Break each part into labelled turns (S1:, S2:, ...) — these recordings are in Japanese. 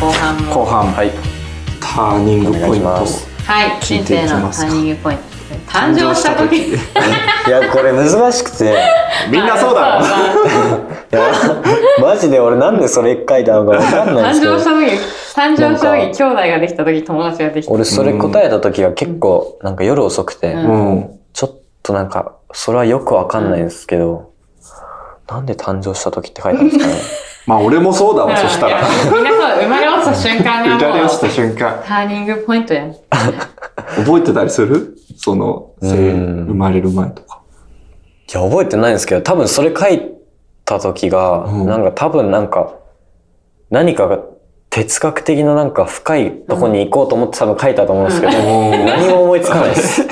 S1: 後半も
S2: 後半、
S3: はい
S2: ターニングポイン
S3: お願
S2: ト
S3: いします
S1: はい
S2: 聞
S1: 人
S2: いてい
S1: 生
S2: き
S1: の
S2: ま
S1: タ
S2: す
S1: ー
S2: か
S1: ニングポイント誕生した時
S3: いやこれ難しくて
S2: みんなそうだろ
S1: ろ
S3: いや マジで俺なんでそれ書いたのか分かんないん
S1: 誕
S3: ですけど
S1: 生した時 誕生した
S3: なん
S1: 時兄弟ができた時友達ができた
S3: 俺それ答えた時が結構なんか夜遅くて、
S1: うん
S2: うん
S3: ちょっとなんかそれはよく分かんないんですけど、なんで誕生した時って書いたんです かね
S2: まあ俺もそうだわそしたら
S1: うんみんなそう生まれ落ちた瞬間
S2: いら
S1: が
S2: れ
S1: もう
S2: 落ちた瞬間
S1: ターニングポイントやん
S2: 覚えてたりするその
S3: うん
S2: 生生まれる前とか
S3: いや覚えてないんですけど多分それ書いた時が、
S2: うん
S3: なんか多分なんか何かが哲学的ななんか深いとこに行こうと思って多分書いたと思うんですけど、何も思いつかない です。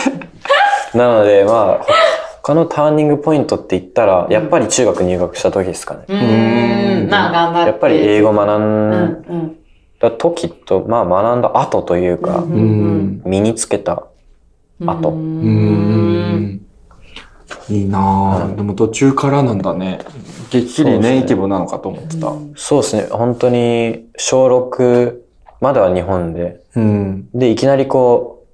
S3: なのでまあ他のターニングポイントって言ったらやっぱり中学入学した時ですかね。
S1: うーんまあ頑張って
S3: やっぱり英語学
S1: うんん
S3: だ時と、まあ学んだ後というか、
S1: うん
S2: うん
S3: 身につけた。
S1: うん
S3: あと
S1: うー
S2: うんんいいな
S3: は
S2: あ
S3: い
S2: でも途中からなんだねげっきりネイティブなのかと思ってた
S3: そうですね、本当に小6、まだは日本で、
S2: うん
S3: で、いきなりこ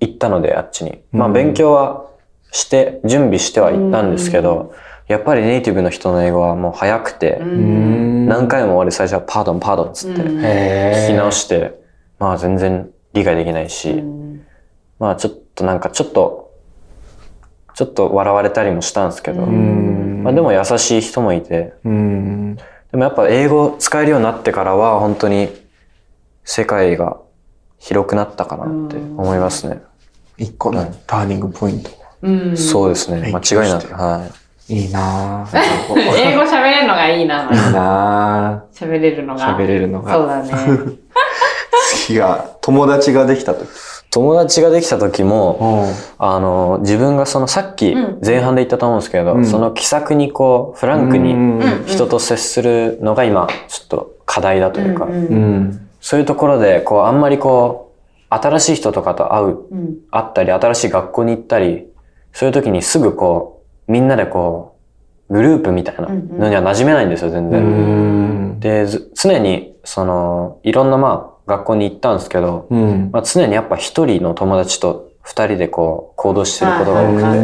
S3: う、行ったので、あっちに。ま
S2: う
S3: あ
S2: ん
S3: 勉強はして、準備しては行ったんですけど、やっぱりネイティブの人の英語はもう早くて
S1: う、
S2: うんん
S3: 何回も俺最初はパードンパードンっつって、
S1: うん
S2: へえ
S3: 聞き直して、まあ全然理解できないし、まあちょっとなんかちょっと、ちょっと笑われたりもしたんですけど、
S1: うん
S2: うん
S3: まあでも優しい人もいて、
S2: うん
S3: でもやっぱ英語使えるようになってからは本当に世界が広くなったかなって思いますね。
S2: 一個のターニングポイント
S1: うん
S3: そうですね。
S2: 勉
S3: 間
S2: 強して
S3: 違いなく。はい
S2: い なあ
S1: 英語喋れるのがいいな
S2: いいなあ
S1: 喋れるのが
S2: 喋れるのが
S1: そう だね
S2: 次が友達ができた時。
S3: い。友達ができた時も、
S2: う
S3: あの、自分がそのさっき
S1: うん
S3: 前半で言ったと思うんですけど、
S2: うん
S3: その気さくにこう、フランクに
S1: ん
S3: 人と接するのが今、ちょっと課題だというか、
S1: ん
S2: うんん。
S3: そういうところで、こう、あんまりこう、新しい人とかと会う
S1: うん
S3: あったり、新しい学校に行ったり、そういう時にすぐこう、みんなでこう、グループみたいな
S1: うんうん
S3: のには馴染めないんですよ、全
S2: う
S3: 然。
S2: ん。
S3: で、ず常に、その、いろんなまあ、学校に行ったんですけど、
S2: うん。
S3: まあ、常にやっぱ一人の友達と二人でこう、行動してることが多
S1: はい
S3: く
S1: はい
S3: て、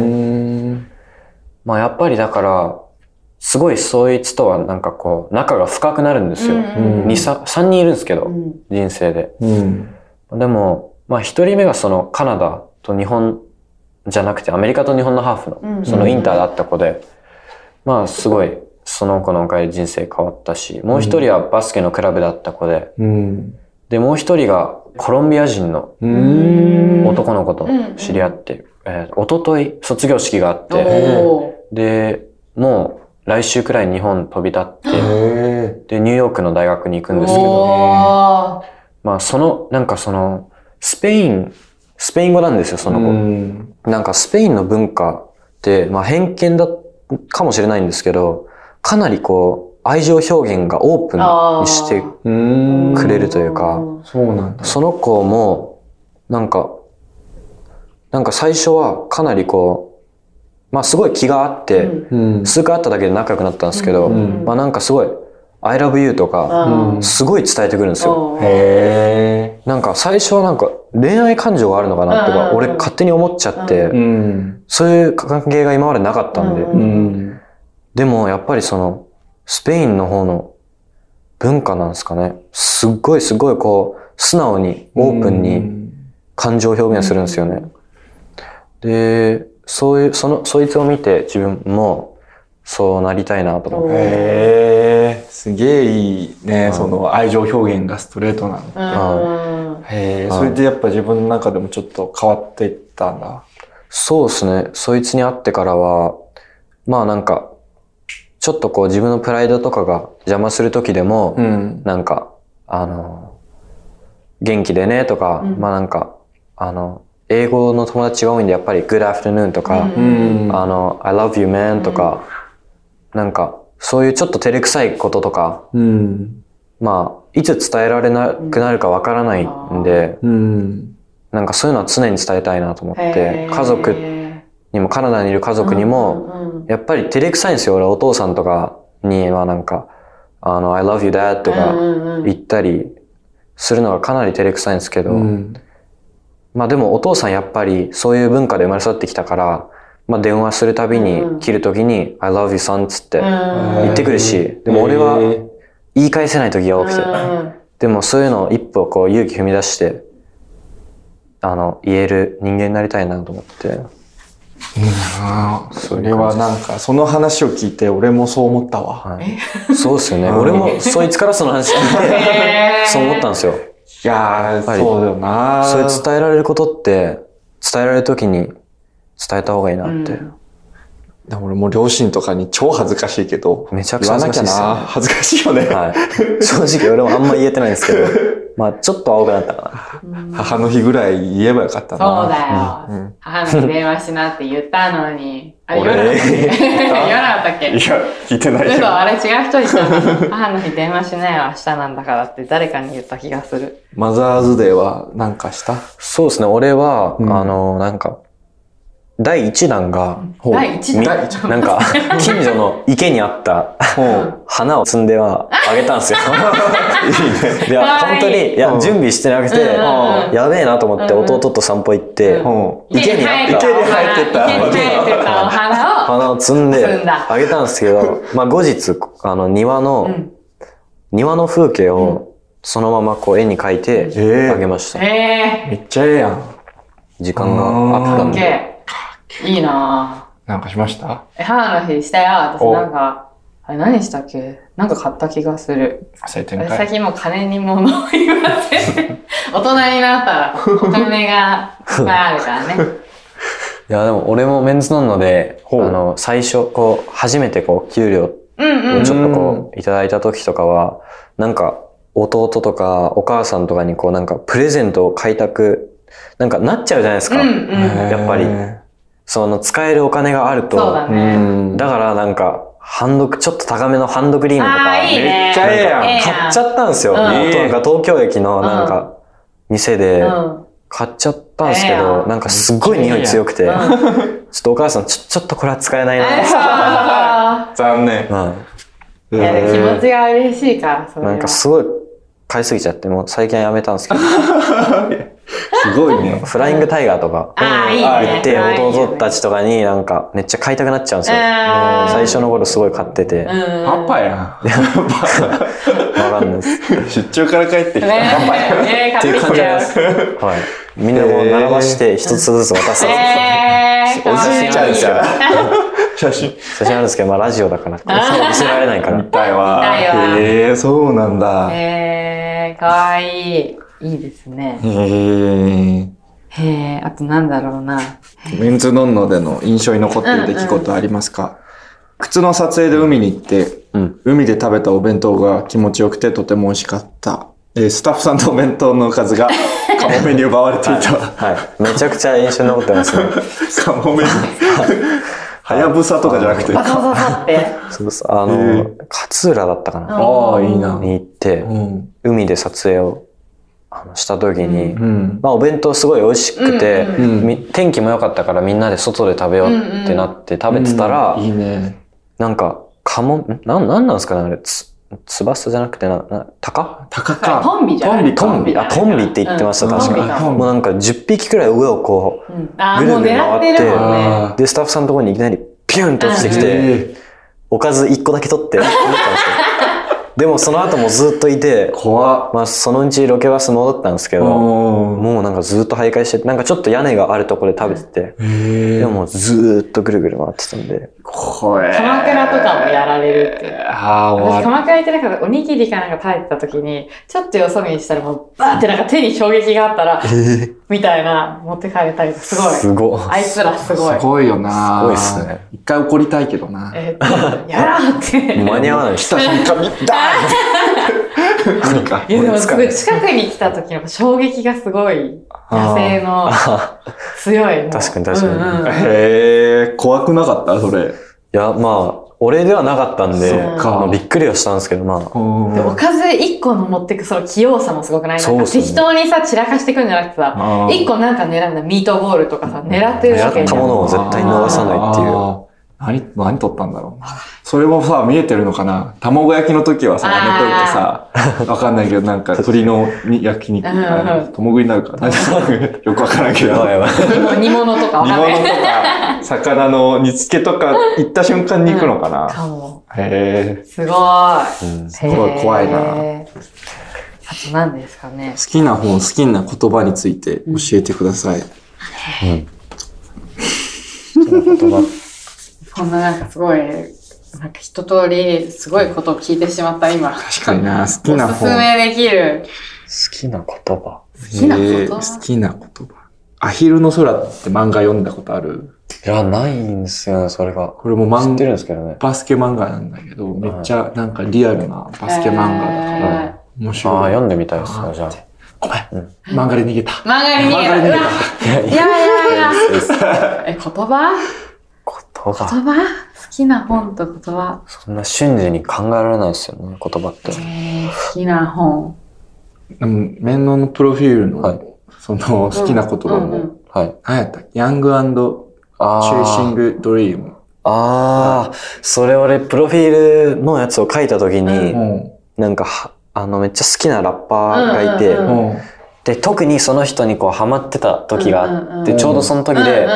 S3: まあ、やっぱりだから、すごいそいつとはなんかこう、仲が深くなるんですよ。
S1: うん
S3: 二三三人いるんですけ
S1: う
S3: ど、
S1: ん
S3: 人生で。
S2: うん。
S3: でも、まあ一人目がそのカナダと日本じゃなくてアメリカと日本のハーフの、
S1: うん
S3: そのインターだった子で、まあすごいその子のおかげで人生変わったし、もう一人はバスケのクラブだった子で、
S2: うん。
S3: で、もう一人がコロンビア人の
S2: うん。
S3: 男の子と知り合って、えー、おととい卒業式があって、
S1: おー
S3: で、もう来週くらい日本飛び立っ
S2: へ
S3: て、で、ニューヨークの大学に行くんですけど、
S1: おー
S3: まあその、なんかその、スペイン、スペイン語なんですよ、そ
S2: ぇ
S3: の子。
S2: ん。
S3: なんかスペインの文化って、まあ偏見だ、かもしれないんですけど、かなりこう、愛情表現がオープンにして、
S2: うん。
S3: くれるというか
S1: うん
S2: そうなんだ。
S3: その子も、なんか、なんか最初はかなりこう、まあすごい気があって、
S2: うん
S3: 数回会っただけで仲良くなったんですけど、
S2: うん
S3: まあなんかすごい、I love you とか、
S1: あー
S3: すごい伝えてくるんですよ。
S1: おー
S2: へ
S3: なんか最初はなんか恋愛感情があるのかなとか、
S1: うん
S3: 俺勝手に思っちゃっ
S2: ぇう
S3: て、
S2: ん。
S3: そういう関係が今までなかったんで、
S1: うん
S2: うん。
S3: でもやっぱりそのスペインの方の文化なんですかね。すっごいすごいこう素直にオープンに感情を表現するんですよね。で、そういう、その、そいつを見て自分もそうなりたいなと思って。
S2: へぇすげえいいね
S3: う、ん
S2: その愛情表現がストレートなの。
S1: うん
S2: へえ、
S3: はい
S2: それでやっぱ自分の中でもちょっと変わっていったんだ。
S3: そうですね。そいつに会ってからは、まあなんか、ちょっとこう自分のプライドとかが邪魔する時でも、
S2: ん。
S3: なんか、あの、元気でねとか、
S1: うん
S3: まあなんか、あの、英語の友達が多いんで、やっぱり Good afternoon とか、
S2: うん。
S3: あの、I love you man とか、なんか、そういうちょっと照れくさいこととか、
S2: うん。
S3: まあ、いつ伝えられなくなるかわからないんで、
S2: うん。
S3: なんかそういうのは常に伝えたいなと思って
S1: へ、ー
S3: 家族にも、カナダにいる家族にも、
S1: うんうん
S3: やっぱり照れくさいんですよ。俺、お父さんとかにはなんか、あの、I love you dad とか
S1: うんうんうん
S3: 言ったり、するのがかなり照れくさいんですけど、
S2: うん
S3: まあでもお父さんやっぱりそういう文化で生まれ育ってきたから、まあ電話するたび
S1: う
S3: に
S1: ん
S3: 切るときに「I love you son」っつって
S1: うん
S3: 言ってくるし、でも俺
S2: え
S3: は
S2: ー
S3: 言い返せない時が多くて、でもそういうのを一歩こう勇気踏み出して、あの、言える人間になりたいなと思って。
S2: あーそれはなんか、その話を聞いて俺もそう思ったわ。
S3: はい、そうですよね。
S2: うん
S3: 俺もそいつからその話聞い て、そう思ったん
S1: ん
S3: ですよ。
S2: いやー、
S3: はい
S2: そうだよな
S3: それ伝えられることって、伝えられる時に伝えた方がいいなって。
S2: でも俺も両親とかに超恥ずかしいけど、
S3: めちゃくち
S2: 言
S3: ゃ
S2: わ
S3: 恥
S2: な
S3: ずか
S2: き
S3: しい
S2: ゃ
S3: で
S2: な
S3: すよね。
S2: 恥ずかしいよね。
S3: はい。正直俺もあんま言えてないんですけど、まあちょっと青くなったか
S2: 母の日ぐらい言えばよかったな。
S1: そうだよ。
S2: うん
S1: 母に電話しなって言ったのに。あ、
S2: 俺
S1: 夜だったっけ言わなかった っけ
S2: いや、聞いてないけ
S1: 嘘
S2: ど。
S1: あれ違う人にしたの母の日電話しないよ明日なんだからって誰かに言った気がする
S2: マザーズデーはなんかした
S3: な。そうですね、俺は、
S2: うん
S3: あの、なんか、第1弾が、
S2: ほう
S1: 第一
S3: み
S1: 弾
S3: なんか、近所の池にあった
S2: ほう。
S3: 花を摘んではあげたんです よ。いいや、
S1: かわいい
S3: 本当に、い
S2: うん
S3: や、準備してなくて、
S1: うんうん
S3: やべえなと思って、
S1: うんうん
S3: 弟と散歩行って、
S2: ほう。
S3: 池にあった
S1: 池に
S2: 池に入ってた
S1: 池に入ってたお花を
S3: 花を摘んで
S1: 摘んだ
S3: あげたんです けど、まあ後日、あの、庭の、
S1: うん
S3: 庭の風景をそのままこう絵に描いて
S2: え
S3: あげ
S2: え。
S3: ました。
S1: え
S2: めっちゃええやん。
S3: 時間があ
S1: ー、
S3: っ
S1: か
S3: たん
S1: っ
S3: で。
S1: けえいいな
S2: なんかしました
S1: ぁえ母の日したよ私
S2: お
S1: なんかあれ何したっけなんか買った気がする
S2: 忘れてん
S1: 私
S2: か
S1: 最
S2: い。
S1: 近もう金に物を言いませ ん大人になったらお金がいっぱいある からね
S3: いや、でも俺もメンズなので、あ
S2: ほう
S3: の、最初、こう、初めてこう、給料を
S1: うんうん
S3: ちょっとこう、いただいた時とかは、なんか、弟とかお母さんとかにこう、なんか、プレゼントを買いたく、なんか、なっちゃうじゃないです
S1: う
S3: か。
S1: んうん
S3: やっぱりその、使えるお金があると。
S1: そうだ
S2: う
S1: ね
S2: ん。
S3: だからなんか、ハンドク、ちょっと高めのハンドクリームと
S1: あ
S3: か、
S1: ーいいね
S2: めっちゃええやん。
S1: ええやん
S3: 買っちゃったんですよ。
S1: うん
S3: なんか東京駅のなんか、店で
S1: うん
S3: 買っちゃったんですけ
S1: ええや
S3: ど、
S1: ん
S3: なんかすっごい匂い強くて、ちょっとお母さん、ちょ、ちょっとこれは使えないなって。
S1: あ
S2: 残念。
S3: う
S1: ーいやでも気持ちが嬉しいから、そ
S3: ん。
S1: れ
S3: な
S1: は
S3: んかすごい買いすぎちゃって、もう最近はやめたんですけど、
S2: すごいね。
S3: フライングタイガーとか
S1: あーいい
S2: ね
S3: 行って、
S1: あーいいね
S3: 弟たちとかになんかめっちゃ買いたくなっちゃうんですよ。
S1: えー
S3: もう最初の頃すごい買ってて、わ
S1: うん
S2: パパや
S3: かんないです。
S2: ん。 出張から帰ってきた。
S1: ね
S2: パパやん。
S1: え
S3: っていう感じなんです。はい。みんなこう並ばして一つずつ渡すんですよ。
S1: えー、
S2: おじいちゃんですよ
S1: かわいい。
S2: 写真。
S3: 写真あるんですけど、まあラジオだから、そう見せられないから。
S2: 見たいわ。
S1: 見たいわ
S2: へえ、そうなんだ。
S1: え
S2: へ
S1: ー、かわいい。いいですね。
S2: え。
S1: へえ、あとなんだろうな。
S2: メンズノンノでの印象に残ってる出来事ありますか、靴の撮影で海に行って、
S3: うん。
S2: 海で食べたお弁当が気持ちよくてとても美味しかった。えースタッフさんのお弁当の数がカモメに奪われていた。
S3: はい。めちゃくちゃ印象に残ってますね。
S2: カモ メに。はやぶさとかじゃなくて。
S1: バサバサバって。
S3: そうそう。あ
S2: へ
S3: の、勝浦だったかな。
S2: ああいいな
S3: に行って、
S2: うん。
S3: 海で撮影をあのした時に、
S2: うん。
S3: まあお弁当すごい美味しくて、
S1: うん
S2: うんうん
S3: み天気も良かったからみんなで外で食べようってなって食べてたら、
S2: うんいいね。
S3: なんか、カモン、んなん、なんなんですかねあれ、つ、翼じゃなくてな、な、タカ
S2: 高か。
S1: トンビじゃない
S2: トンビか
S3: トンビ、あ、トンビって言ってました、
S2: うん
S3: 確か。
S2: トンビ
S3: もうなんか10匹くらい上をこ
S1: うんあー、もう狙ってるもんね。
S2: あ
S3: う、で、スタッフさんのところにいきなりピュンと落ちて
S2: ー
S3: きて、おかず1個だけ 取って、持ったんですよ。でもその後もずっといて、
S2: 怖っ。
S3: まあそのうちロケバス戻ったんですけど、
S2: うん。
S3: もうなんかずっと徘徊してて、なんかちょっと屋根があるところで食べてて、
S2: ええ。
S3: でももうずーっとぐるぐる回ってたんで、
S2: 怖え。
S1: 鎌倉とかもやられるっていう。
S2: ああ、
S1: 私、
S2: 終わ
S1: 鎌倉行ってなんかおにぎりかなんか食べてた時に、ちょっとよそ見したらもうバーってなんか手に衝撃があったら、みたいな、持って帰れたりとかすごい。
S3: すごい。
S1: あいつらす
S2: る。
S1: ごい。
S2: すごいよな。
S3: すごいっすね。
S2: 一回怒りたいけどな。
S1: えーっと、やらんって。
S3: 間に合わない
S2: 来た瞬間 に、ダーンって。何か。
S1: いやでも
S2: 俺
S1: す
S2: 疲
S1: ご
S2: れ
S1: い近くに来た時の衝撃がすごい
S2: あ
S1: 野生の
S3: あ
S1: 強いの
S3: 確かに確かに
S1: うんうん
S2: へえ、怖くなかったそれ。
S3: いや、まあ、俺ではなかったんで、
S1: そう
S2: か
S3: まあびっくりはしたんですけど、まあ、
S1: でおかず1個の持ってくその器用さもすごくない
S3: そう
S1: なん
S3: っ
S1: か
S3: すね
S1: 適当にさ散らかしてくんじゃなくてさ
S2: あー
S1: 1個なんか狙うんだミートボールとかさ狙ってるわけ
S3: 狙ったものを絶対逃さないっていう
S2: あー。何、何取ったんだろうな。それもさ、見えてるのかな卵焼きの時はさ、
S1: あ
S2: やめといてさ、わかんないけど、なんか鶏のに焼肉、
S1: うんうん
S2: あの共食いになる から、よくわからんけど。
S3: やば い。
S1: 煮物とかわ
S2: 煮
S1: かん
S2: 物
S1: ない。
S2: とか、魚の煮付けとか行った瞬間に行くのかな、
S1: かも。
S2: へえ。
S1: すごい。す
S3: うん
S2: ごい怖いな
S1: あと何ですかね。
S2: 好きな本、好きな言葉について教えてください。
S3: 好きな言葉
S1: こんななんかすごい、なんか一通りすごいことを聞いてしまった今。
S2: 確かにな、好き
S1: お
S2: な
S1: すす
S2: 本。
S1: めできる。
S3: 好きな言葉。
S1: 好きな
S2: へえ
S1: こと。
S2: 好きな言葉。アヒルの空って漫画読んだことある
S3: いや、ないんですよね、それが。
S2: これも
S3: 知
S2: 漫
S3: ってるん
S2: 画、
S3: ですけどね。
S2: バスケ漫画なんだけど、めっちゃなんかリアルなバスケ漫画だから、
S1: え
S2: 面
S3: ああ、
S2: 白い。
S3: 読んでみたいですね、じゃあ。
S2: ごめん、
S3: うん
S2: 漫画で逃げた。
S1: ー漫画に逃げ
S2: 漫画
S1: る。
S2: に
S1: うわ
S2: 逃げた。
S1: いやいやいや。 え、言葉
S3: 言葉。
S1: 言葉好きな本と言葉。
S3: そんな瞬時に考えられないですよね、言葉っ
S1: え
S3: て。
S1: ー、好きな本。
S2: うん、面倒のプロフィールの、
S3: はい
S2: その好きな言葉
S1: う
S2: も、
S1: んうん
S3: はい。
S2: 何やったっけヤングチュ
S3: ああ。
S2: ーシングドリーム。
S3: ああ、それ俺、プロフィールのやつを書いたときに、
S1: う
S3: なんかは、あの、めっちゃ好きなラッパーがいて、
S1: うんうん
S2: うん
S3: で、特にその人にこう、ハマってた時があって、
S1: うんうんうん
S3: ちょうどその時で、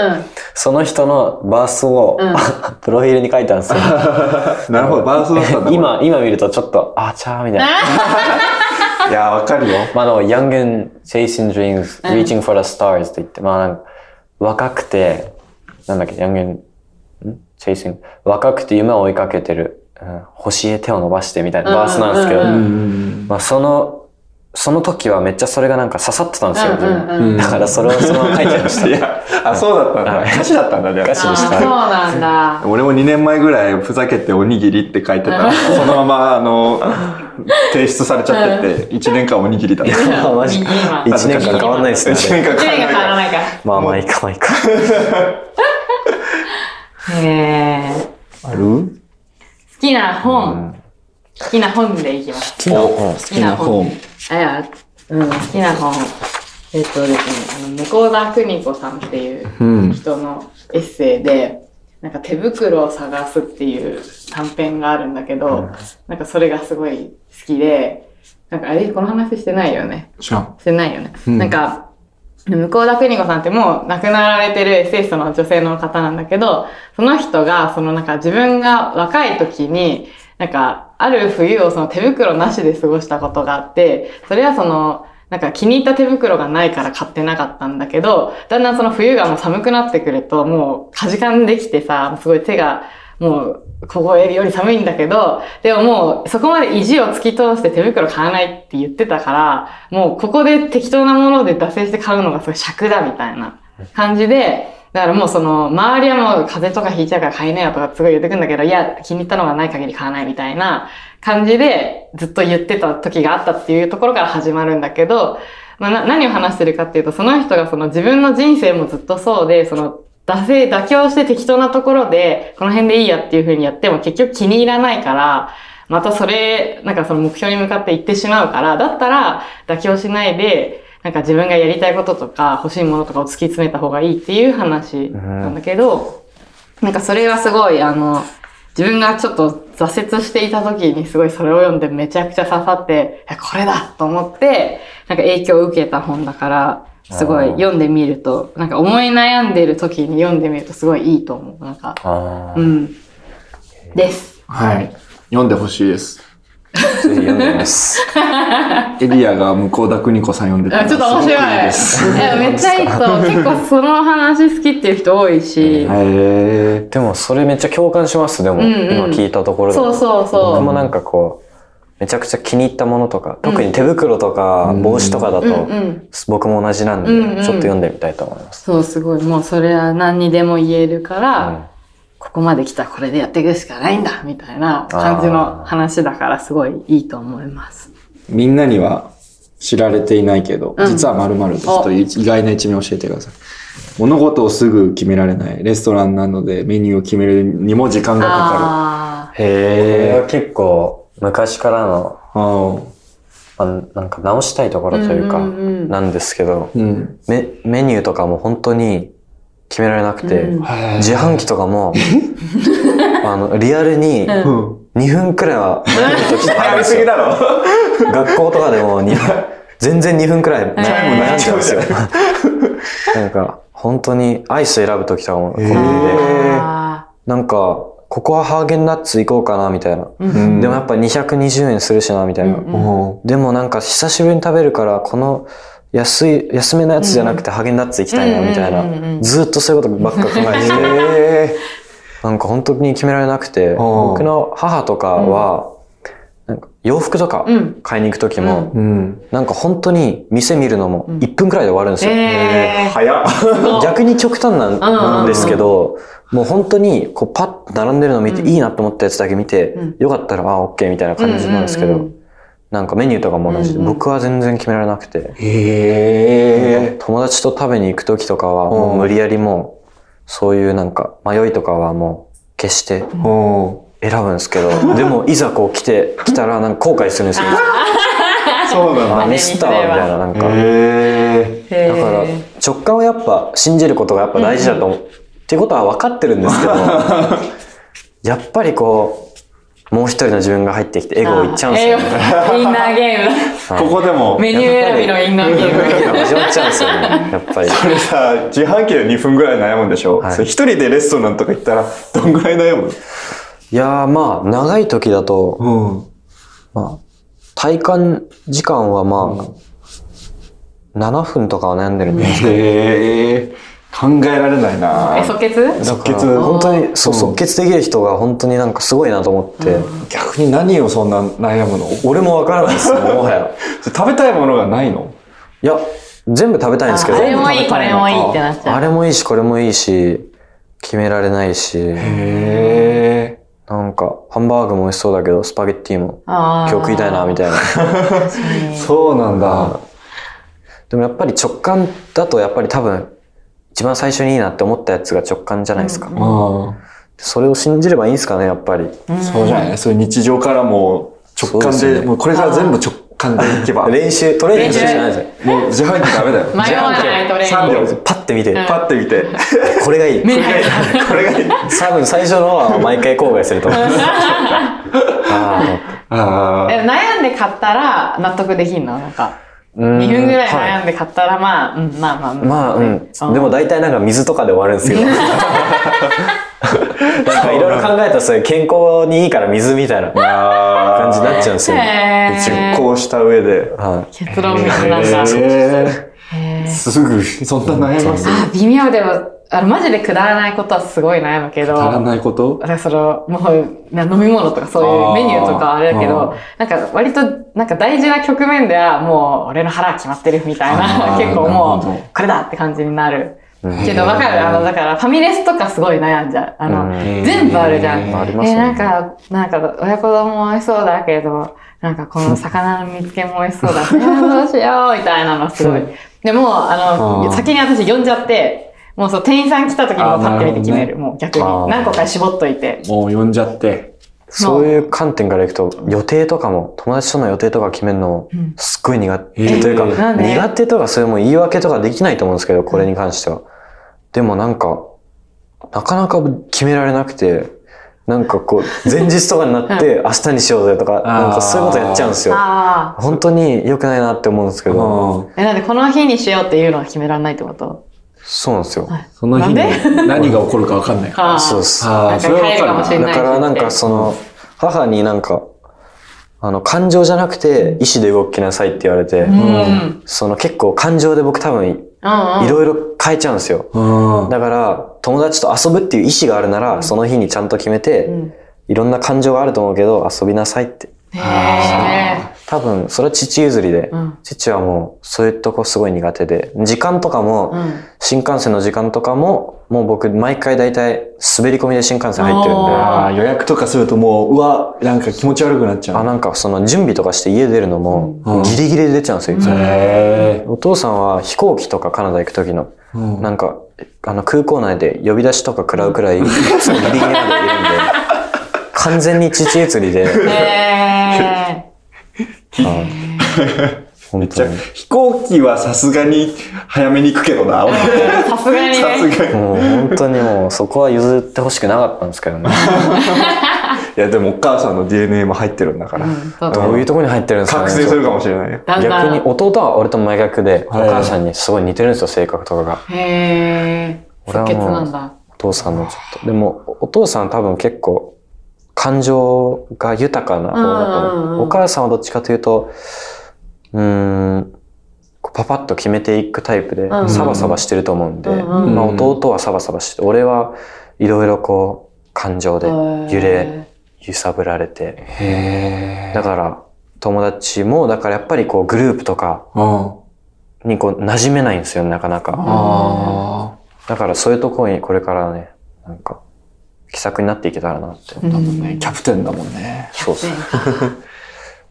S3: その人のバースを、
S1: うん
S3: プロフィールに書いたんですよ。
S2: なるほど、バースだったんだ。
S3: 今、今見るとちょっと、あちゃーみたいな。
S2: いや、わかるよ。
S3: まあ、あの、Young and Chasing Dreams,
S1: うん
S3: Reaching for the Stars と言って、まあ、なんか、若くて、なんだっけ、Young and, ん Chasing, 若くて夢を追いかけてる、うん星へ手を伸ばしてみたいなバースなんですけど、
S1: うんうんうん
S2: ん。
S3: まあ、その、その時はめっちゃそれがなんか刺さってたんですよ、
S1: うんうんうん
S3: 自分だからそれをそのまま書いちゃいま した。
S2: いや、あ、そうだったんだ。
S3: はい
S2: 歌詞だったんだね。
S3: 歌詞
S1: あー
S3: でし
S1: そう
S3: た
S1: なんだ。
S2: 俺も2年前ぐらいふざけておにぎりって書いてたら、そのまま、あの、提出されちゃってて、1年間おにぎりだった。
S3: やマジ
S1: か
S3: 一年間変わんないですね
S2: 1。年間
S1: 距離
S2: 変
S1: が
S2: わん
S1: 変わら
S2: ない
S1: ないか
S3: まあまあいいかまあいいか。
S1: ら。へー
S2: ある
S1: 好きな
S3: う
S1: 本。
S3: ん
S1: 好きな本でいきます。
S3: 好きな本
S2: 好きな本。
S1: あいや、うん、好きな本。えっとですね、あの、向田邦子さんっていう
S2: うん。
S1: 人のエッセイで、なんか手袋を探すっていう短編があるんだけど、なんかそれがすごい好きで、なんかあれこの話してないよね。
S2: 知らん。
S1: してないよね。
S2: うん
S1: なんか、向田邦子さんってもう亡くなられてるエッセイストの女性の方なんだけど、その人が、そのなんか自分が若い時に、なんか、ある冬をその手袋なしで過ごしたことがあって、それはその、なんか気に入った手袋がないから買ってなかったんだけど、だんだんその冬がもう寒くなってくると、もうかじかんできてさ、すごい手が、もう、凍えるより寒いんだけど、でももう、そこまで意地を突き通して手袋買わないって言ってたから、もうここで適当なもので惰性して買うのがすごい尺だみたいな感じで、だからもうその、周りはもう風邪とかひいちゃうから買いなよとかすごい言ってくんだけど、いや、気に入ったのがない限り買わないみたいな感じで、ずっと言ってた時があったっていうところから始まるんだけど、まあ、な何を話してるかっていうと、その人がその自分の人生もずっとそうで、その、惰性、妥協して適当なところで、この辺でいいやっていう風にやっても結局気に入らないから、またそれ、なんかその目標に向かって行ってしまうから、だったら妥協しないで、なんか自分がやりたいこととか欲しいものとかを突き詰めた方がいいっていう話なんだけど、なんかそれがすごい、あの、自分がちょっと挫折していた時にすごいそれを読んでめちゃくちゃ刺さって、いやこれだと思って、なんか影響を受けた本だから、すごい
S3: あー
S1: 読んでみると、なんか思い悩んでる時に読んでみるとすごいいいと思う。なんか、
S3: ああ
S1: う。ん。です。
S2: はい。読んでほしいです。
S3: ぜひ読んでみます。
S2: エリアが向田邦子さん読んでた
S1: あ
S2: ら
S1: ちょっと面白い。い
S2: すごくいいです。
S1: やめっちゃいいと、 結構その話好きっていう人多いし、
S2: へ
S3: でもそれめっちゃ共感します、でも。
S1: うんうん
S3: 今聞いたところだ
S1: そ
S3: と
S1: うそう
S3: 僕
S1: そ
S3: もなんかこう、めちゃくちゃ気に入ったものとか、特に手袋とか
S2: うん
S3: 帽子とかだ
S1: う。うん
S3: と
S1: う、ん。
S3: 僕も同じなんで、
S1: うんうん
S3: ちょっと読んでみたいと思います。
S1: そう、すごい。もうそれは何にでも言えるから、
S3: うん
S1: ここまで来たらこれでやっていくしかないんだみたいな感じの話だからすごいいいと思います。
S2: ーみんなには知られていないけど、
S1: うん
S2: 実はまるですという意外な一面を教えてください。物事をすぐ決められない。レストランなのでメニューを決めるにも時間がか
S1: あ
S2: かる。
S3: これ
S2: へ
S3: は結構昔からの、
S2: ー。あ
S3: あ
S2: ー
S3: のなんか直したいところという
S1: う
S3: か、
S1: んうんうん
S3: なんですけど、
S2: うん。
S3: メメニューとかも本当に決められなくて、
S1: うん
S3: 自販機とかも、 あの、リアルに
S1: うん
S2: うん。
S3: 2分くらいは、
S2: 早 すぎだろ。
S3: 学校とかでもに全然2分くらい悩む悩んじゃうんですよ。 なんか、本当にアイス選ぶときとかもコンビニ
S2: へ
S3: で、
S2: ー
S1: あ
S3: なんか、ここはハーゲンダッツ行こうかな、みたいな。
S1: ーうん
S2: うん
S3: でもやっぱ220円するしな、みたい
S1: う
S3: な。
S1: んうん
S2: お
S3: でもなんか久しぶりに食べるから、この安い、安めのやつじゃなくてハーゲンダッツ行きたいな、みたい
S1: うんうんうんう
S3: な。
S1: ん
S3: ずーっとそういうことばっか考えてて。
S2: え
S3: なんか本当に決められなくて、僕の母とかは、なんか洋服とか
S1: うん
S3: 買いに行く時も、
S2: ー。うん。
S3: なんか本当に店見るのも
S1: うん
S3: 1分くらいで終わるんですよ。
S1: えー
S2: 早っ。
S3: 逆に極端なん
S1: うん
S3: ですけど、もう本当にこうパッと並んでるのを見て、
S1: うん
S3: いいなと思ったやつだけ見て、
S1: うん
S3: よかったら、あ、オッケーみたいな感じなんですけど、
S1: うんうんうん
S3: なんかメニューとかも同じで、
S1: うんうん
S3: 僕は全然決められなくて、
S2: へえ。
S3: 友達と食べに行く時とかは、もう無理やりもう、そういうなんか迷いとかはもう消して、
S2: お
S3: 選ぶんですけど、 でもいざこう来て、来たらなんか後悔するんですよ。
S2: ーそうな
S3: あ、
S2: の。
S3: ミスったわ、みたいな、なんか。
S2: へ
S1: へ
S3: だから
S1: ー
S3: 直感をやっぱ信じることがやっぱ大事だと思う。っていうことは分かってるんです けど、やっぱりこう、もう一人の自分が入ってきてエゴをいっちゃうんですよね。
S1: あーエゴインナーゲーム
S2: え。こ こでも
S1: だ。メニュー選びのインナーゲーム
S3: エゴが始まっちゃうんですよね、やっぱり。
S2: これさ、自販機で2分ぐらい悩むんでしょ
S3: はい
S2: それ一人でレストランとか行ったら、どんぐらい悩む
S3: いやーまあ、長い時だと、
S2: うん。
S3: まあ、体感時間はまあ、7分とかは悩んでるんで
S2: へえ。考えられないな
S1: え、即決
S2: 即
S3: だか
S2: 決
S3: ら本当に、そうう、
S2: ん
S3: 即決できる人が本当になんかすごいなと思って、
S2: 逆に何をそんな悩むの
S3: 俺もわからない ですよ、もはや。
S2: 食べたいものがないの
S3: いや、全部食べたいんですけど、
S1: ああれもいい、これもいいってなっちゃ
S3: あ
S1: う。
S3: れもいいし、これもいいし、決められないし、
S2: へえ。
S3: なんか、ハンバーグも美味しそうだけど、スパゲッティも
S1: あ
S3: 今日食いたいな、み
S1: い
S3: たいな。
S2: そうなんだ。
S3: でもやっぱり直感だと、やっぱり多分、一番最初にいいなって思ったやつが直感じゃないですか。
S1: うん
S2: うん。
S3: それを信じればいいんですかね、やっぱり。
S1: な。ん
S2: そうじゃないそういう日常からもう直
S3: そう
S2: 感
S3: です
S2: で、
S3: よね
S2: もうこれから全部直感でいけば。も う
S3: 練習、トレーニングするじゃないです
S2: 自販機ダメだよ。
S1: 迷わないトレーニング。
S3: よ。パッて見て、
S2: パッて見 て。
S3: これがいい。
S1: 目に 入っ
S2: これがいい。
S3: 多分最初のは毎回後悔すると思います。あ
S2: あ
S1: た。え悩んで買ったら納得できんのなんか。
S3: 2
S1: 2分ぐらい
S3: は
S1: 悩んで買ったら、まあ、うん、まあまあ。
S3: い、まあ、うん。でも大体なんか水とかで終わるんです けど。なんかいろいろ考えたらそれ健康にいいから水みたいな
S2: あ。あ
S3: 感じになっちゃうんですよね。
S1: へ
S2: 実
S1: ー
S2: 行した上で。
S3: は
S1: 結論みたいなんだ。
S2: へ
S1: へ
S2: え。
S1: ー
S2: すぐ、そんな悩ます
S1: あ、微妙でも、あの、マジでくだらないことはすごい悩むけど。
S2: 足らないこと
S1: だからその、もう、な飲み物とかそういうメニューとかはあれだけど
S2: あ、
S1: なんか割と、なんか大事な局面ではもう俺の腹は決まってるみたい
S2: あ
S1: な、
S2: ー
S1: 結構
S2: なるほ
S1: も
S2: ど
S1: う、これだって感じになる。
S3: うん
S1: けどわかるあの、だからファミレスとかすごい悩んじゃう。あの
S3: うん、
S1: 全部あるじゃん。
S3: あります
S1: え、
S3: よね
S1: なんか、なんか親子丼も美味しそうだけど、なんかこの魚の煮付けも美味しそうだ。いやどうしようみたいなのすごい。でも、あ
S2: あー
S1: の、先に私呼んじゃって、もうそう、店員さん来た時にもうパッて見て決める。もう逆に
S3: あー。
S1: 何個か絞っといて。
S2: もう呼んじゃって。
S3: い。そういう観点からいくと、予定とかも、友達との予定とか決めるの
S1: うん、
S3: すっごい苦手。
S2: えー
S3: というか、
S1: なんで
S3: 苦手とかそれも言い訳とかできないと思うんですけど、これに関しては。でもなんか、なかなか決められなくて、なんかこう、前日とかにな って、明日にしようぜとか、なんかそういうことやっちゃうんですよ。
S1: ああ。
S3: 本当に良くないなって思うんですけ
S2: うん
S3: ど、
S1: え、なんでこの日にしようっていうのは決められないってこと
S3: そうなんですよ。
S1: はい
S2: その日に
S1: なんで
S2: 何が起こるかわかんないから。
S1: あー
S3: そうです。だ
S2: あ
S1: なん
S2: ー
S1: か
S2: それは
S1: 帰るかもしれ
S2: わ
S1: ないし。
S3: からなんかその、母になんか、あの、感情じゃなくて、意思で動きなさいって言われて
S1: う、ん。うん
S3: その結構感情で僕多分、
S1: うん。
S3: いろいろ変えちゃうんですよ。
S2: うん。
S3: だから、友達と遊ぶっていう意思があるなら、その日にちゃんと決めて、
S1: うん
S3: いろんな感情があると思うけど、遊びなさいって。
S1: へえ。
S3: 多分、それは父譲りで、
S1: うん
S3: 父はもう、そういうとこすごい苦手で、時間とかも、
S1: うん
S3: 新幹線の時間とかも、もう僕、毎回大体、滑り込みで新幹線入ってるんで、あ
S2: あー予約とかするともう、うわ、なんか気持ち悪くなっちゃう。
S3: なんかその準備とかして家出るのも
S2: うん、
S3: ギリギリで出ちゃうんですよ、いつも。
S2: へ
S3: お父さんは飛行機とかカナダ行く時の、
S2: ーうん
S3: なんか、あの空港内で呼び出しとか食らうくらい、いつもギリギリ までいるんで、完全に父移りで、
S1: へえ。
S3: はい本
S2: じ
S3: 当
S2: ゃあ
S3: に。
S2: 飛行機はさすがに早めに行くけどな、 俺
S1: さすがに
S2: さ
S1: ね。
S2: すがに。
S3: もう本当にもうそこは譲ってほしくなかったんですけど ね。
S2: いや、でもお母さんの DNA も入ってるんだから。
S1: うんそうだ
S3: どういうところに入ってるんですかね。
S2: 覚醒するかもしれないよ。
S1: だんだ
S3: 逆
S1: ん。
S3: に弟は俺と真逆で、お
S2: はい
S3: 母さんにすごい似てるんですよ、性格とかが。
S1: へー。
S3: 俺は
S1: 即
S3: もう
S1: 決なんだ。
S3: お父さんのちょっと。でも、お父さんは多分結構、感情が豊かな方だと
S1: うんうん
S3: 思
S1: うん
S3: う。お母さんはどっちかというと、うーん、こうパパッと決めていくタイプで
S1: う、ん
S3: サバサバしてると思うんで、
S1: うんうん
S3: まあ弟はサバサバして、俺はいろいろこう、感情で揺れ、揺さぶられて、
S2: へ
S3: だから、友達も、だからやっぱりこう、グループとか
S2: あ
S3: にこう、馴染めないんですよね、なかなか。
S2: あ
S3: だからそういうところにこれからね、なんか、気さくになっていけたらなって。
S1: うん。
S2: ー。キャプテンだもんね。
S3: そうですね。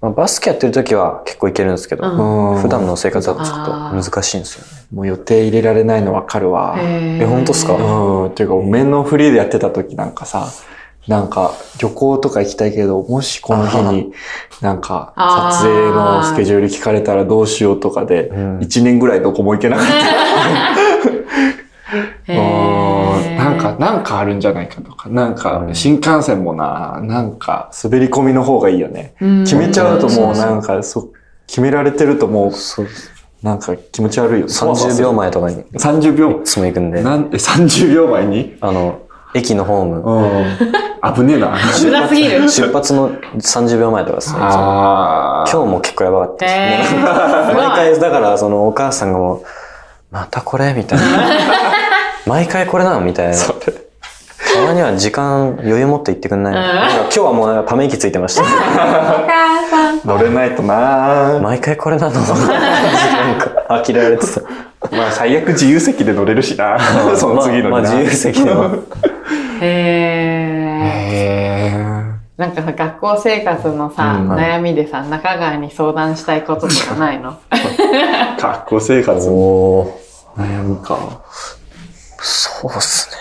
S3: まあ、バスケやってる時は結構いけるんですけど、
S1: うん
S3: 普
S2: 普
S3: 段
S2: 段
S3: の生活だとちょっと難しいんですよね。
S2: もう予定入れられないのわかるわ。
S1: え
S3: え本当っすか
S2: うん。っていうか、面のフリーでやってた時なんかさ、なんか旅行とか行きたいけど、もしこの日になんか
S1: あー
S2: 撮影のスケジュール聞かれたらどうしようとかで、
S3: うん
S2: 1年ぐらいどこも行けなかった。
S1: へ
S2: う
S1: ー
S2: んなんか、なんかあるんじゃないかとか、なんか
S3: うん
S2: 新幹線もな、なんか滑り込みの方がいいよね。
S1: うん
S2: 決めちゃうと
S1: そ
S2: もう
S1: そ
S2: なんか、そう、決められてるとも
S3: そう
S2: う、なんか気持ち悪いよ。
S3: 30秒。前とかにい
S2: 30秒。
S3: つも行くんで、
S2: なんで30秒前に
S3: あの、駅のホーム、
S2: うん。危ねえな。
S1: うざすぎ る。
S3: 出発の30秒前とかですね。いつも
S2: あ
S3: 今日も結構やばかったです
S1: へ
S3: ね。
S1: ー
S3: 毎回、だから、そのお母さんがもう、またこれみたい な。毎回これなのみたいな。
S2: そ
S3: たまには時間余裕持って行ってくんないの、
S1: うん
S3: なんか今日はもうなんかため息ついてました。
S1: お母さん。
S2: 乗れないとな
S3: 毎回これ なのなんか、呆れられてた。
S2: まあ最悪自由席で乗れるしな その次の
S3: まあ、まあ自由席で も。
S1: へー。
S2: へー
S1: なんかさ、学校生活のさ、
S2: うん
S1: 悩みでさ、中川に相談したいこととかない の
S2: 学校生活も
S3: おー
S2: 悩むか。
S3: そうっすね。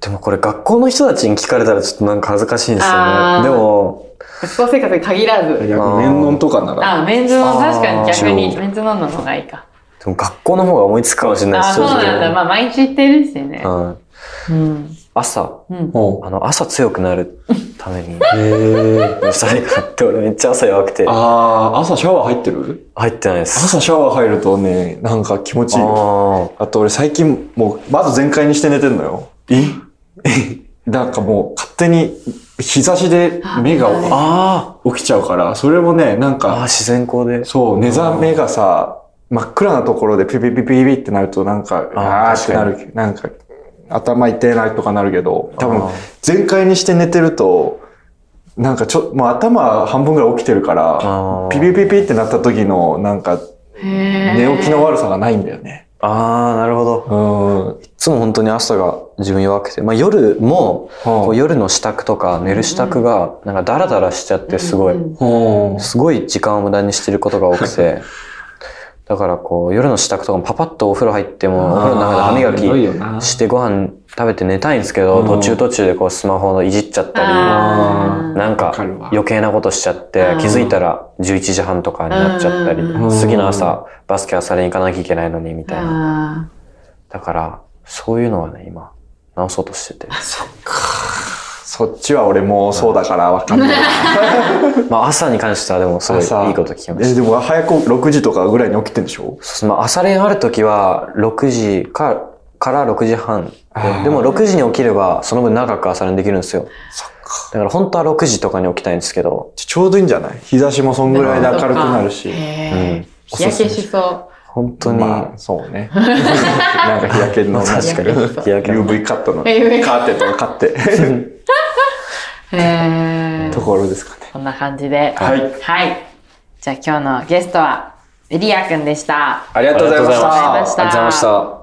S3: でもこれ学校の人たちに聞かれたらちょっとなんか恥ずかしいんです
S1: あー
S3: よね。でも、
S1: 学校生活に限ら
S2: い
S1: ず。
S2: や、面論とかなら。
S1: あ、メンズの、確かに逆
S2: あ
S1: に、
S2: ー
S1: メンズ飲んだのがいいか。
S3: でも学校の方が思いつくかもしれない
S1: あ、
S3: です、
S1: そうなんだ。まあ、毎日行ってるしね。
S3: うん
S1: うん。
S3: 朝、
S1: うん。
S2: お
S3: あの、朝強くなるために、
S2: へー
S3: 二人があって俺 めっちゃ朝弱くて、
S2: あー、朝シャワー入ってる
S3: 入ってないです。
S2: 朝シャワー入るとね、なんか気持ちいいよ。
S3: あ
S2: あと俺最近もう窓全開にして寝てんのよ。え なんかもう勝手に日差しで目が
S1: あはい
S2: あー起きちゃうから、それもね、なん
S3: ーあー、
S2: か、
S3: 自然光で。
S2: そう、目覚めがさ、真っ暗なところでピピピピピってなるとなんか、
S3: あー
S2: あーってなる、なんか、頭痛いなとかなるけど、多分
S3: あー
S2: 全開にして寝てると、なんかちょ、もう頭半分ぐらい起きてるか
S3: あ
S2: ら
S3: ー、
S2: ピピピピってなった時のなんか、
S1: へー
S2: 寝起きの悪さがないんだよね。
S3: ああ、なるほど。
S2: うん。
S3: いつも本当に朝が自分弱くて、まあ夜も、こう
S2: は
S3: 夜の支度とか寝る支度がなんかダラダラしちゃってすごい、
S1: うん
S2: あうん
S3: すごい時間を無駄にしてることが多くてだからこう夜の支度とかもパパッとお風呂入ってもお風呂の中で歯
S2: ひどい
S3: 磨
S2: よな
S3: きしてご飯食べて寝たいんですけど
S2: うん
S3: 途中途中でこうスマホのいじっちゃったり
S1: あー
S3: なん
S2: わ
S3: か
S2: かるわ
S3: 余計なことしちゃっ
S1: う
S3: て
S1: ん
S3: 気づいたら11時半とかになっちゃったり
S1: うん
S3: 次の朝バスケ朝練行かなきゃいけないのにみたい
S1: あ
S3: なだからそういうのはね今直そうとしてて。
S2: そっちは俺もそうだからわかんない。
S3: まあ朝に関してはでもすごい
S2: 朝
S3: いいこと聞きました
S2: え、。でも早く6時とかぐらいに起きてんでしょ
S3: そうまあ、朝練ある時は、6時か、から6時半
S2: あー。
S3: でも6時に起きれば、その分長く朝練できるんですよ。だから本当は6時とかに起きたいんですけど、
S2: ちょうどいいんじゃない日差しもそん
S1: ー。
S2: ぐらいで明るくなるし。
S1: へ
S3: う
S1: ー
S3: ん
S1: 日焼けしそ
S3: 本当に、
S2: まあ、そうね。なんか日焼けの、
S3: まあ確かに
S2: 日焼けの UV カットのカ
S1: UV
S2: ーテンとか買って、
S1: う。へー
S2: ところですかね。
S1: こんな感じで。
S2: はい
S1: はい。じゃあ今日のゲストは、エリアくんでした。
S2: ありがとうございまし
S1: ありがとうございましたた
S3: ありがとうございました。